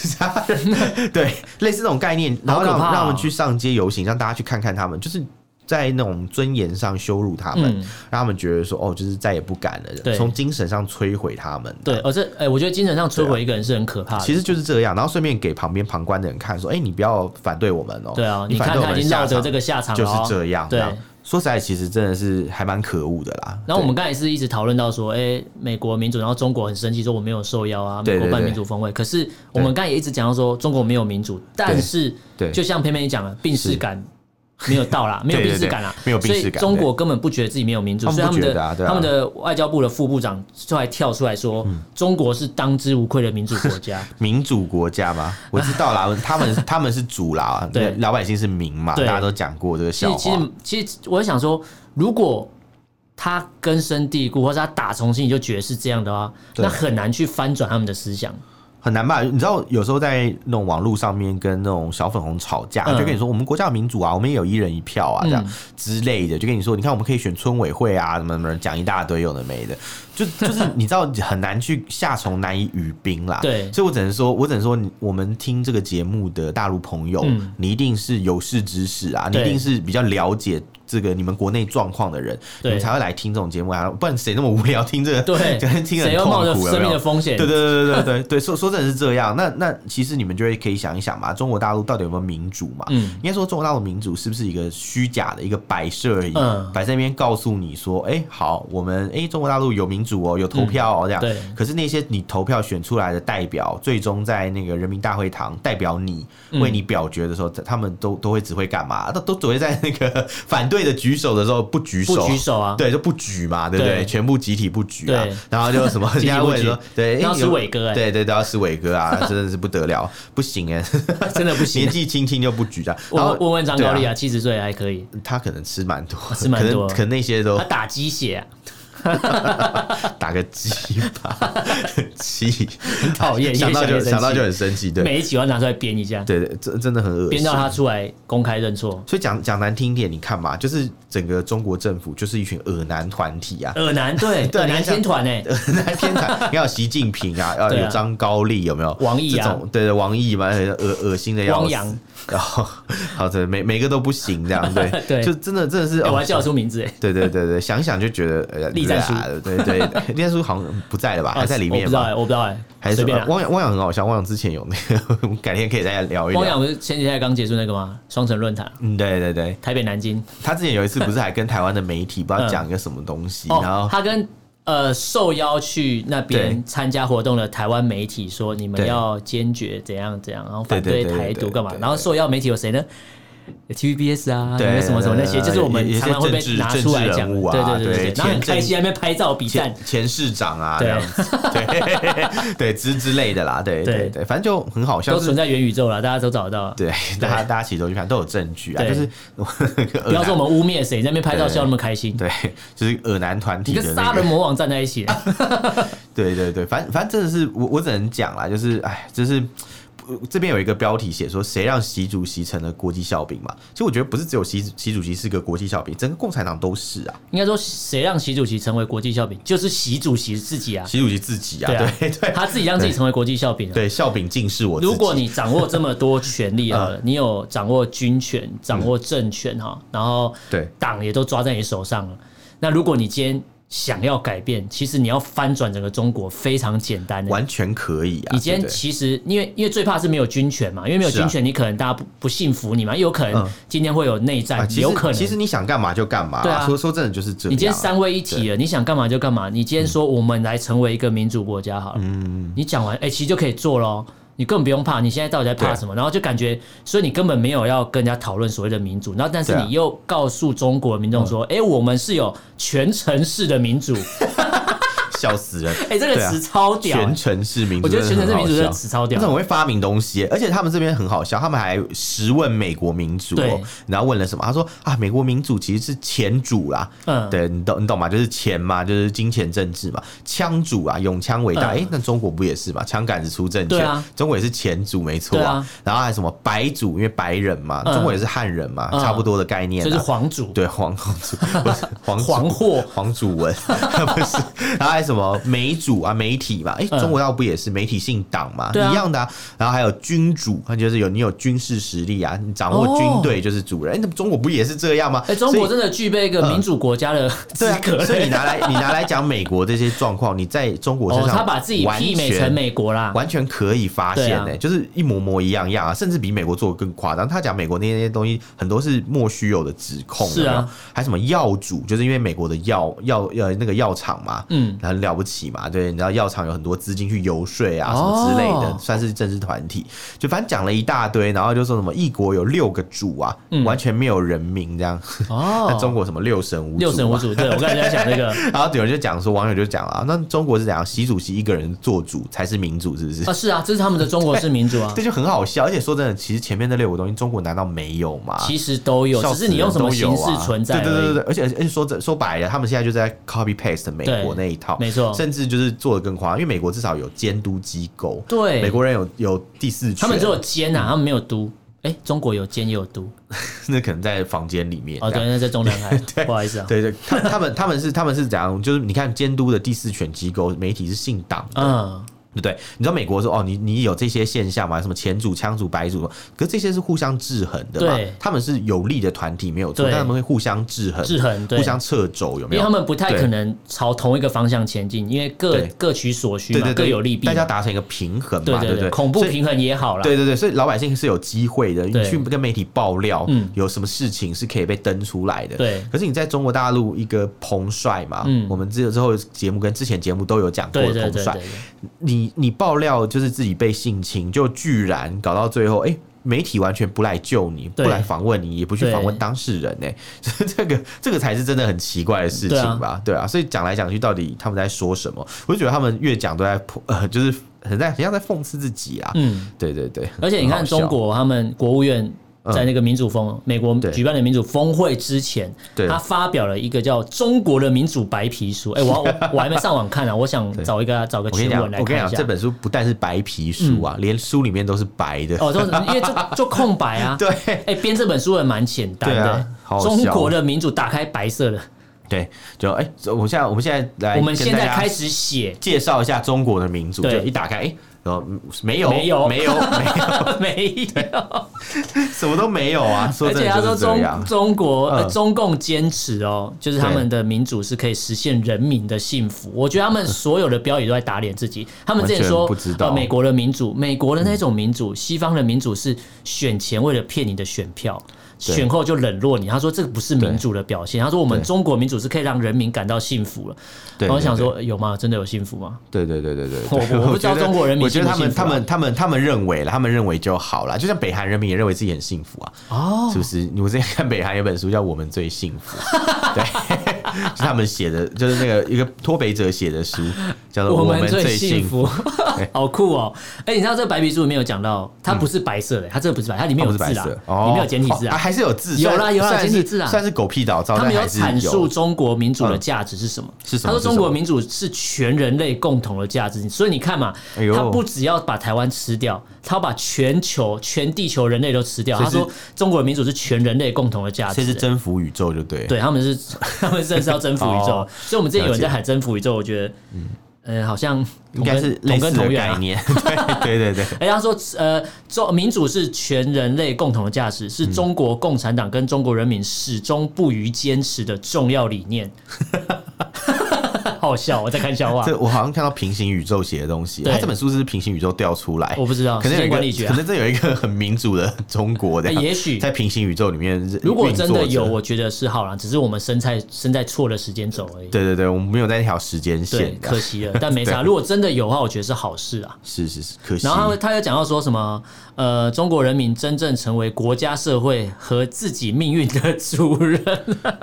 S1: 对，类似这种概念，然后
S2: 好可
S1: 让、
S2: 怕哦
S1: 让他们去上街游行，让大家去看看他们，就是在那种尊严上羞辱他们，
S2: 嗯
S1: 让他们觉得说哦，就是再也不敢了，
S2: 对
S1: 从精神上摧毁他们。
S2: 对，而这哎，我觉得精神上摧毁一个人是很可怕的。
S1: 啊其实就是这样，然后顺便给旁边旁观的人看，说：“哎、你不要反对我们哦、
S2: 对啊，
S1: 你
S2: 你
S1: 反
S2: 看
S1: 对我
S2: 他
S1: 们
S2: 已经绕
S1: 下
S2: 着
S1: 场
S2: 这个下场
S1: 就
S2: 了
S1: 是
S2: 哦，
S1: 这样。
S2: 对
S1: 这。样说实在，其实真的是还蛮可恶的啦。
S2: 然后我们刚才是一直讨论到说，哎，美国民主，然后中国很生气说我没有受邀啊，
S1: 对
S2: 美
S1: 对
S2: 国办
S1: 对
S2: 民主峰会。可是我们刚才也一直讲到说，中国没有民主，但是
S1: 对
S2: 就像偏偏你讲了，病视感没有到 啦，没有
S1: 对对
S2: 病视感啦，
S1: 对没有病视
S2: 所以
S1: 感
S2: 中国根本不觉得自己没有民主，
S1: 他们
S2: 所以他们
S1: 不觉得啊
S2: 的
S1: 对啊嗯
S2: 他们的外交部的副部长就还跳出来说，中国是当之无愧的民主国 家。
S1: 对民主国家嘛，我知道啦，他们他们是主啦，
S2: 对
S1: 老百姓是民嘛，大
S2: 对
S1: 家都讲过这个
S2: 其
S1: 笑
S2: 实
S1: 话。
S2: 其实其实，我想说，如果他根深蒂固，或者他打从心里就觉得是这样的话，
S1: 对
S2: 那很难去翻转他们的思想。
S1: 很难吧？你知道，有时候在那种网络上面跟那种小粉红吵架，
S2: 嗯
S1: 就跟你说我们国家有民主啊，我们也有一人一票啊，这样、之类的，就跟你说，你看我们可以选村委会啊，什么什么，讲一大堆有的没的，就就是你知道很难去下虫难以语冰啦。
S2: 对
S1: 所以我只能说，我只能说你，我们听这个节目的大陆朋友，
S2: 嗯
S1: 你一定是有识之士啊，你一
S2: 对
S1: 定是比较了解这个你们国内状况的人，你
S2: 对
S1: 们才会来听这种节目啊，不然谁那么无聊听这个？
S2: 对
S1: 感觉 听得
S2: 谁
S1: 很
S2: 要
S1: 痛
S2: 冒着
S1: 苦，有
S2: 生
S1: 没
S2: 命的
S1: 有？
S2: 风险？
S1: 对对对对 对对，说说真的是这样。那那其实你们就会可以想一想嘛，中国大陆到底有没有民主嘛？
S2: 嗯
S1: 应该说中国大陆民主是不是一个虚假的一个摆设而已？
S2: 嗯
S1: 摆在那边告诉你说，哎、好，我们哎、中国大陆有民主哦，有投票哦，这样。
S2: 嗯对
S1: 可是那些你投票选出来的代表，最终在那个人民大会堂代表你
S2: 嗯
S1: 为你表决的时候，他们都都会只会干嘛？都都只会在那个 反对的举手的时候不举手，
S2: 不举手啊
S1: 对，就不举嘛，对不对？
S2: 对
S1: 全部集体不举啊
S2: 对，
S1: 然后就什么人
S2: 集体
S1: 家
S2: 不
S1: 问
S2: 举
S1: 说，对，哎
S2: 要吃
S1: 有
S2: 伟哥哎
S1: 对对，都要吃伟哥 啊，真的是不得了，不行哎、
S2: 真的不行
S1: 年。纪轻轻就不举啊。然后
S2: 我问问张高丽
S1: 对啊
S2: 啊，七十岁还可以，
S1: 他可能吃蛮多，
S2: 吃蛮多
S1: 可能可能那些都
S2: 他打鸡血啊，
S1: 打个鸡 吧，鸡，很
S2: 讨 厌
S1: 想到
S2: 越
S1: 就
S2: 想越生气
S1: 想到就很生气，对
S2: 每一集要拿出来编一下，
S1: 对对，真真的很恶心，
S2: 编到他出来公开认错，
S1: 所以讲讲难听一点，你看嘛，就是整个中国政府就是一群恶男团体啊，
S2: 耳男对，
S1: 对
S2: 耳男
S1: 你看
S2: 天团哎，
S1: 恶男天才，你看有习近平 啊，要
S2: 对啊
S1: 有张高丽，有没有？
S2: 王毅啊
S1: 这种对对，王毅嘛，很恶恶心的要
S2: 汪
S1: 死
S2: 洋。
S1: 然后， 好的，每每个都不行，这样对
S2: 对
S1: 就真的真的是，
S2: 哎我还
S1: 哦
S2: 叫得出名字哎，
S1: 对对对对，想想就觉得呃，
S2: 栗战书
S1: 啊对对对， 栗战书好像不在了吧？还在里
S2: 我
S1: 面
S2: 不知道
S1: 吧？
S2: 哎，我不知道哎，
S1: 还是
S2: 随
S1: 什
S2: 便
S1: 么
S2: 啊。
S1: 汪洋汪洋很好笑，汪洋之前有那个， 我们改天可以再聊一聊。
S2: 汪洋不是前几天刚结束那个吗？双城论坛，
S1: 嗯，对对对，
S2: 台北、南京。
S1: 他之前有一次不是还跟台湾的媒体不知道
S2: 嗯
S1: 讲一个什么东西，然
S2: 哦
S1: 后，
S2: 他跟呃受邀去那边
S1: 对
S2: 参加活动的台湾媒体说，你们
S1: 对
S2: 要坚决怎样怎样，然后反
S1: 对对对
S2: 台独
S1: 对
S2: 干嘛
S1: 对？对
S2: 然后受邀媒体有谁呢？有 TVBS 啊，
S1: 对
S2: 有什么什么那些，
S1: 对对
S2: 就是我们
S1: 有一些
S2: 常常会被
S1: 政治
S2: 拿出来
S1: 政治
S2: 讲
S1: 人物，啊
S2: 对对对
S1: 对
S2: 对，然后
S1: 前
S2: 很
S1: 阵
S2: 开心在那边拍照比赞
S1: 前，前市长啊，这
S2: 对
S1: 样 子，对 对之之类的啦，对
S2: 对
S1: 对对，反正就很好笑，
S2: 都
S1: 就是
S2: 存在元宇宙了，大家都找得到。啊
S1: 对， 大家大家其实都去看，都有证据啊，
S2: 对
S1: 就是
S2: 不
S1: 不
S2: 要说我们污蔑谁，在那边拍照笑那么开心，
S1: 对，就是恶男团
S2: 你
S1: 体
S2: 跟
S1: 的
S2: 杀
S1: 那
S2: 人
S1: 个，
S2: 魔王站在一起，啊
S1: 对对对，反反正真的是我我只能讲啦，就是哎，就是。呃这边有一个标题写说，谁让习主席成了国际笑柄嘛？其实我觉得不是只有习习主席是个国际笑柄，整个共产党都是啊。
S2: 应该说谁让习主席成为国际笑柄，就是习主席自己啊，
S1: 习主席自己啊，
S2: 对啊
S1: 对 对
S2: 他自己让自己成为国际笑柄啊。
S1: 对，笑柄竟是我自己。
S2: 如果你掌握这么多权力
S1: 嗯
S2: 啊，你有掌握军权、掌握政权哈，然后
S1: 对
S2: 党也都抓在你手上了。那如果你今天想要改变，其实你要翻转整个中国非常简单的。
S1: 完全可以啊，
S2: 你今天
S1: 对不对
S2: 其实因为因为最怕是没有军权嘛，因为没有
S1: 是啊
S2: 军权，你可能大家不不信服你嘛，也有可能
S1: 嗯
S2: 今天会有内
S1: 啊
S2: 战，
S1: 其实
S2: 哎有可能。
S1: 其实你想干嘛就干嘛、
S2: 对啊
S1: 说说真的就是这样啊、
S2: 你今天三位一体了，你想干嘛就干嘛。你今天说我们来成为一个民主国家好了，
S1: 嗯
S2: 你讲完，哎、其实就可以做咯，你根本不用怕，你现在到底在怕什么？然后就感觉，所以你根本没有要跟人家讨论所谓的民主。然后，但是
S1: 对啊
S2: 你又告诉中国民众说，哎、我们是有全城式的民主。
S1: 笑死人，
S2: 哎、这个
S1: 对啊
S2: 词超屌、
S1: 全城市民主
S2: 我觉
S1: 真
S2: 得
S1: 的
S2: 全
S1: 很好笑，
S2: 城市民主这个词超屌
S1: 他们很会发明东西耶，而且他们这边很好笑，他们还实问美国民主、
S2: 对
S1: 哦，然后问了什么？他说啊，美国民主其实是钱主啦，
S2: 嗯
S1: 对你懂你懂吗？就是钱嘛，就是金钱政治嘛，枪主啊，用枪伟大，
S2: 嗯
S1: 哎、那中国不也是嘛？枪杆子出政
S2: 对
S1: 权，
S2: 啊
S1: 中国也是钱主没错
S2: 对啊
S1: 然后还有什么白主，因为白人嘛，
S2: 嗯
S1: 中国也是汉人嘛，
S2: 嗯
S1: 差不多的概念、啊，
S2: 就是皇主，
S1: 对，黄公主不 是黄
S2: 黄祸
S1: 黄祖文 不是，然后还有什么美主啊媒体嘛，哎、
S2: 嗯
S1: 中国大陆不也是媒体姓党嘛，
S2: 对啊
S1: 一样的、啊。然后还有君主，那就是有你有军事实力啊，你掌握军队就是主人。哎、那中国不也是这样吗？
S2: 哎、哦中国
S1: 所以嗯
S2: 真的具备一个民主国家的 资
S1: 对啊
S2: 格、，
S1: 所以你拿来你拿来讲美国这些状况，你在中国身
S2: 哦，
S1: 上、
S2: 他把自己
S1: 完
S2: 媲美成
S1: 全
S2: 美国啦。
S1: 完全可以发现
S2: 对
S1: 呢、
S2: 啊
S1: 就是一模模一样样啊，甚至比美国做的更夸张。他讲美国那些东西很多是莫须有的指控，
S2: 是啊
S1: 有没有，还什么药主，就是因为美国的药药呃那个药厂嘛，
S2: 嗯，
S1: 很了不起嘛，对，你知道药厂有很多资金去游说啊什么之类的，
S2: 哦
S1: 算是政治团体，就反正讲了一大堆，然后就说什么一国有六个主啊，完全没有人民这样，
S2: 嗯哦
S1: 那中国什么六神无主、啊，
S2: 六神无主，对我刚才在讲那个。
S1: 然后有人就讲说，网友就讲了、啊，那中国是怎样？习主席一个人做主才是民主，是不是？
S2: 啊，是啊，这是他们的中国式民主啊，
S1: 这就很好笑，而且说真的，其实前面那六个东西，中国难道没有吗？
S2: 其实都有，
S1: 笑
S2: 只
S1: 死
S2: 是你用什么
S1: 人都有
S2: 形
S1: 啊
S2: 式存在而已。
S1: 对对对对，而且而且说这说白了，他们现在就在 copy paste 美
S2: 对
S1: 国那一套，
S2: 没错
S1: 甚至就是做的更夸张，因为美国至少有监督机构，
S2: 对
S1: 美国人有有第四权，
S2: 他们只有奸啊，他们没有都。哎，中国有奸也有都。
S1: 那可能在房间里面
S2: 哦，
S1: 这
S2: 对，
S1: 样
S2: 那在中南海，不好意思啊。
S1: 对对，他他们他们是他们是怎样？就是你看监督的第四权机构，媒体是姓党的，
S2: 嗯，
S1: 对不对？你知道美国说哦，你你有这些现象嘛？什么前组、枪组、白组，可是这些是互相制衡的嘛
S2: 对？
S1: 他们是有利的团体没有错，
S2: 对
S1: 但他们会互相制衡，
S2: 制衡对
S1: 互相掣肘，有
S2: 因
S1: 没
S2: 为
S1: 有？
S2: 他们不太
S1: 对
S2: 可能朝同一个方向前进，因为各
S1: 对
S2: 各取所需
S1: 对
S2: 嘛，
S1: 对
S2: 各
S1: 对，
S2: 有利弊
S1: 大
S2: 嘛。
S1: 家达成一个平衡嘛，
S2: 对
S1: 不对？
S2: 恐怖
S1: 所以
S2: 平衡也好啦。
S1: 对对对，所以老百姓是有机会的，
S2: 对
S1: 你去跟媒体爆料
S2: 嗯，
S1: 有什么事情是可以被登出来的。
S2: 对
S1: 可是你在中国大陆一个彭帅嘛
S2: 嗯，
S1: 我们之之后节目跟之前节目都有讲过
S2: 对
S1: 的
S2: 对
S1: 彭
S2: 对
S1: 帅
S2: 对，，
S1: 你你爆料就是自己被性侵，就居然搞到最后，哎、媒体完全不来救你，不
S2: 对
S1: 来访问你，也不去
S2: 对
S1: 访问当事 人、欸，哎，这个这个才是真的很奇怪的事情吧？对啊，所以讲来讲去，到底他们在说什么？我就觉得他们越讲都在破呃，就是很在很像在讽刺自己啊。
S2: 嗯，
S1: 对对对，
S2: 而且你看
S1: 很好笑嗯
S2: 中，国他们国务院。在那个民主峰，美国
S1: 对
S2: 举办的民主峰会之前，
S1: 对
S2: 他发表了一个叫《中国的民主白皮书》。哎，我我我还没上网看啊，我想找一个找个
S1: 我跟
S2: 全
S1: 你讲，
S2: 文来
S1: 我跟你
S2: 看
S1: 讲，
S2: 一
S1: 这
S2: 下。嗯
S1: 本书不但是白皮书啊，连书里面都是白的。
S2: 哦，这因为就就空白啊。
S1: 对
S2: 哎，编这本书也蛮简单
S1: 对
S2: 的
S1: 啊好。好笑
S2: 中国的民主打开白色的，
S1: 对，就哎、我们现在我们现在来，，
S2: 我们现在开。始写
S1: 介绍一下中国的民族，
S2: 对
S1: 就一打开，哎、然后嗯没有，
S2: 没有
S1: 没有，没有，
S2: 没有。
S1: 什么都没有啊！说
S2: 而
S1: 真
S2: 且他
S1: 的就
S2: 说
S1: 是这
S2: 中
S1: 样，
S2: 中国、呃、
S1: 嗯
S2: 中共坚持哦，就是他们的民主是可以实现人民的幸福。我觉得他们所有的标语都在打脸自己。他们之前说
S1: 嗯完全不知道嗯
S2: 呃美国的民主，美国的那种民主，西方的民主是选前为了骗你的选票。
S1: 对
S2: 选后就冷落你，他说这个不是民主的表现。他说我们
S1: 对
S2: 中国民主是可以让人民感到幸福了。
S1: 对
S2: 然后我想
S1: 对
S2: 说呃有吗？真的有幸福吗？
S1: 对对对对对，
S2: 我
S1: 对
S2: 我不知道
S1: 觉得
S2: 中国人民
S1: 我觉得他
S2: 幸不
S1: 们
S2: 幸福啊
S1: 他们他们他们认为了，他们认为就好了，就像北韩人民也认为自己很幸福啊，
S2: 哦
S1: 是，不是？我之前看北韩有本书叫《我们最幸福》， 对， 是他们写的，就是那个一个脱北者写的书，叫做《
S2: 我
S1: 呃们
S2: 们最
S1: 幸
S2: 幸》，福， 好酷哦！哎、你知道这白皮书里面有讲到，它不是白色的，它这个不是白，它里
S1: 它
S2: 面有
S1: 哦不
S2: 字
S1: 是白
S2: 啦，
S1: 色，
S2: 里面有简体字
S1: 哦
S2: 啊。
S1: 还是有字，
S2: 有啦
S1: 虽然
S2: 有啦
S1: 虽然是
S2: 简体字啊
S1: 算是狗屁倒灶，但
S2: 他们有
S1: 还是
S2: 阐述
S1: 有嗯
S2: 中国民主的价值是什么？
S1: 是什
S2: 他
S1: 么
S2: 说
S1: 是什么
S2: 中国民主是全人类共同的价值，所以你看嘛，
S1: 哎呦
S2: 他不只要把台湾吃掉，他要把全球、全地球人类都吃掉。
S1: 所
S2: 他
S1: 以是
S2: 说中国民主是全人类共同的价值
S1: 所以，是征服宇宙就对。
S2: 对，他们是 他们真的是要征服宇宙
S1: 哦，
S2: 所以我们之前有人在
S1: 了解
S2: 喊征服宇宙，我觉得，呃，好像
S1: 应该是类
S2: 同
S1: 似
S2: 根
S1: 的
S2: 同源啊
S1: 概念， 对对对对，
S2: 哎，他说，呃，中民主是全人类共同的价值，是中国共产党跟中国人民始终不渝坚持的重要理念。 好好笑，我在看笑话，
S1: 这我好像看到平行宇宙写的东西，
S2: 对
S1: 它这本书是不是平行宇宙调出来
S2: 我。不知道
S1: 可
S2: 时
S1: 能有
S2: 间
S1: 一
S2: 管理
S1: 个，
S2: 学
S1: 可
S2: 啊。
S1: 能这有一个很民主的中国的，
S2: 哎也许
S1: 在平行宇宙里面运作着，
S2: 如果真的有，我觉得是好了，只是我们身在身在错的时间走而已。
S1: 对对对，我们没有在那条时间
S2: 对，
S1: 线的啊
S2: 可，惜了，但没啥。如果真的有的话，我觉得是好事啊。
S1: 是是是，可惜
S2: 然。后他他又讲到说什么，呃，中国人民真正成为国家、社会和自己命运的主人。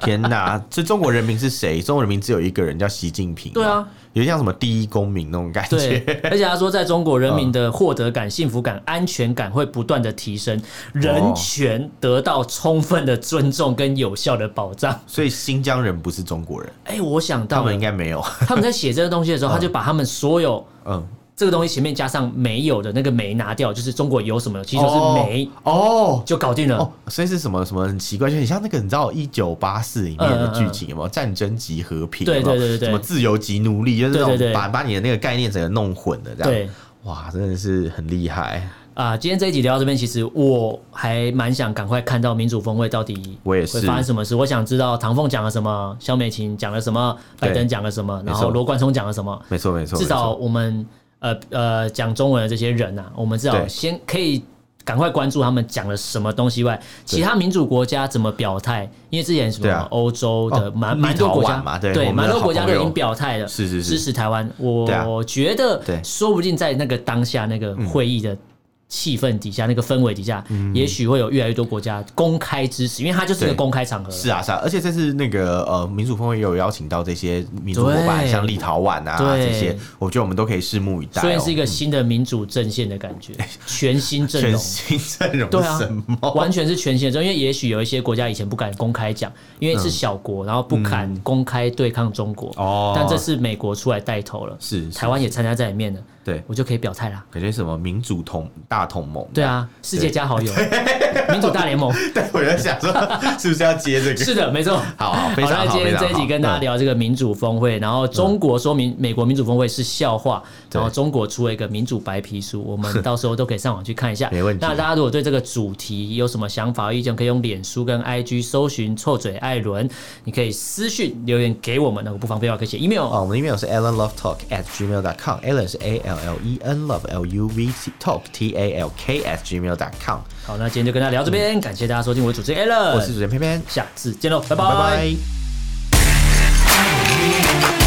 S1: 天哪，这中国人民是谁？ 中国人民只有一个人，叫习近平。
S2: 对啊，
S1: 有点像什么第一公民那种感
S2: 对
S1: 觉。，
S2: 而且他说，在中国人民的获得感、幸福感、安全感会不断的提升，
S1: 哦
S2: 人权得到充分的尊重跟有效的保 障。
S1: 所以新疆人不是中国人，
S2: 哎、我想到
S1: 他
S2: 了
S1: 们应该没有。
S2: 他们在写这个东西的时候，他就把他们所有
S1: 嗯，
S2: 这个东西前面加上没有的那个没拿掉，就是中国有什么，其实都是没。
S1: 哦，
S2: 就搞定了，
S1: 哦，所以是什么什么很奇怪，就很像那个你知道《一九八四》里面的剧情有没有？战争及和平，
S2: 嗯对
S1: 有没有
S2: 对对对对
S1: 什么自由及奴隶，就是那
S2: 对对
S1: 种
S2: 对
S1: 把把你的那个概念整个弄混了，这样。
S2: 对，
S1: 哇，真的是很厉害，
S2: 啊、今天这一集聊到这边，其实我还蛮想赶快看到民主峰会到底
S1: 我也
S2: 会
S1: 是
S2: 发生什么事。我想知道唐凤讲了什么，肖美琴讲了什么，
S1: 对
S2: 拜登讲了什么，然
S1: 没
S2: 后
S1: 错
S2: 罗冠聪讲了什么。
S1: 没错没错，
S2: 至
S1: 没
S2: 少
S1: 错
S2: 我们呃呃讲中文的这些人啊，我们至少
S1: 对
S2: 先可以赶快关注他们讲了什么东西外，其他民主国家怎么表态？因为之前什么
S1: 对啊
S2: 欧洲的
S1: 哦
S2: 蛮蛮多国
S1: 立
S2: 家
S1: 陶宛嘛对我们的
S2: 蛮多国家
S1: 好
S2: 都
S1: 朋
S2: 已
S1: 友
S2: 经表态了，
S1: 是是是
S2: 支持台湾。
S1: 对啊
S2: 我觉得
S1: 对
S2: 说不定在那个当下那个会议的。气氛底下，那个氛围底下，也许会有越来越多国家公开支持，因为它就是个
S1: 嗯对
S2: 公开场合了。
S1: 是啊是啊，而且这次那个呃民主峰会也有邀请到这些民主伙伴，
S2: 对
S1: 像立陶宛啊
S2: 对
S1: 这些，我觉得我们都可以拭目以待、哦。
S2: 所以是一个新的民主阵线的感
S1: 哎
S2: 觉，全新阵
S1: 全
S2: 容，
S1: 新阵容
S2: 对
S1: 是
S2: 啊
S1: 什么？
S2: 完全是全新的，因为也许有一些国家以前不敢公开讲，因为是小国，然后不敢公开对抗中国。
S1: 嗯哦
S2: 但这次美国出来带头了，
S1: 是是
S2: 台湾也参加在里面了。
S1: 对，
S2: 我就可以表态啦。
S1: 感觉什么民主同大同盟，
S2: 对啊，世界加好友，民主大联盟，
S1: 对，我在想说是不是要接这个？
S2: 是的，没错。
S1: 好好， 非常
S2: 那
S1: 好，
S2: 今
S1: 非
S2: 天
S1: 常
S2: 这一集
S1: 好
S2: 跟大家
S1: 嗯
S2: 聊这个民主峰会，然后中国说明美国民主峰会是笑话，
S1: 对
S2: 然后中国出了一个民主白皮书，我 们到时候都可以上网去看一下。
S1: 没问题
S2: 那大家如果对这个主题有什么想法、意见，可以用脸书跟 IG 搜寻“臭嘴艾伦”，你可以私讯留言给我们，那个不妨废话可以写 email
S1: 哦，我们的 email 是 allenlovetalk at gmail dot com。Allen 是 A L L E N love L U V T talk T A L K at gmail dot com。
S2: 好，那今天就跟大家聊这边，感谢大家收听，我是主持人 Alan，
S1: 我是主持人偏偏，
S2: 下次见喽，
S1: 拜
S2: 拜
S1: 拜。